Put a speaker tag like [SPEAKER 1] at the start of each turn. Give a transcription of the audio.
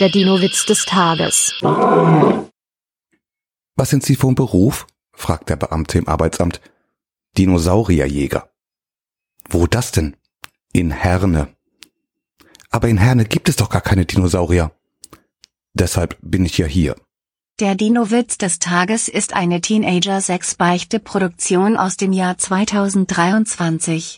[SPEAKER 1] Der Dino-Witz des Tages.
[SPEAKER 2] Was sind Sie vom Beruf? fragt der Beamte im Arbeitsamt. Dinosaurierjäger. Wo das denn? In Herne. Aber in Herne gibt es doch gar keine Dinosaurier. Deshalb bin ich ja hier.
[SPEAKER 3] Der Dino-Witz des Tages ist eine Teenager-6-Beichte-Produktion aus dem Jahr 2023.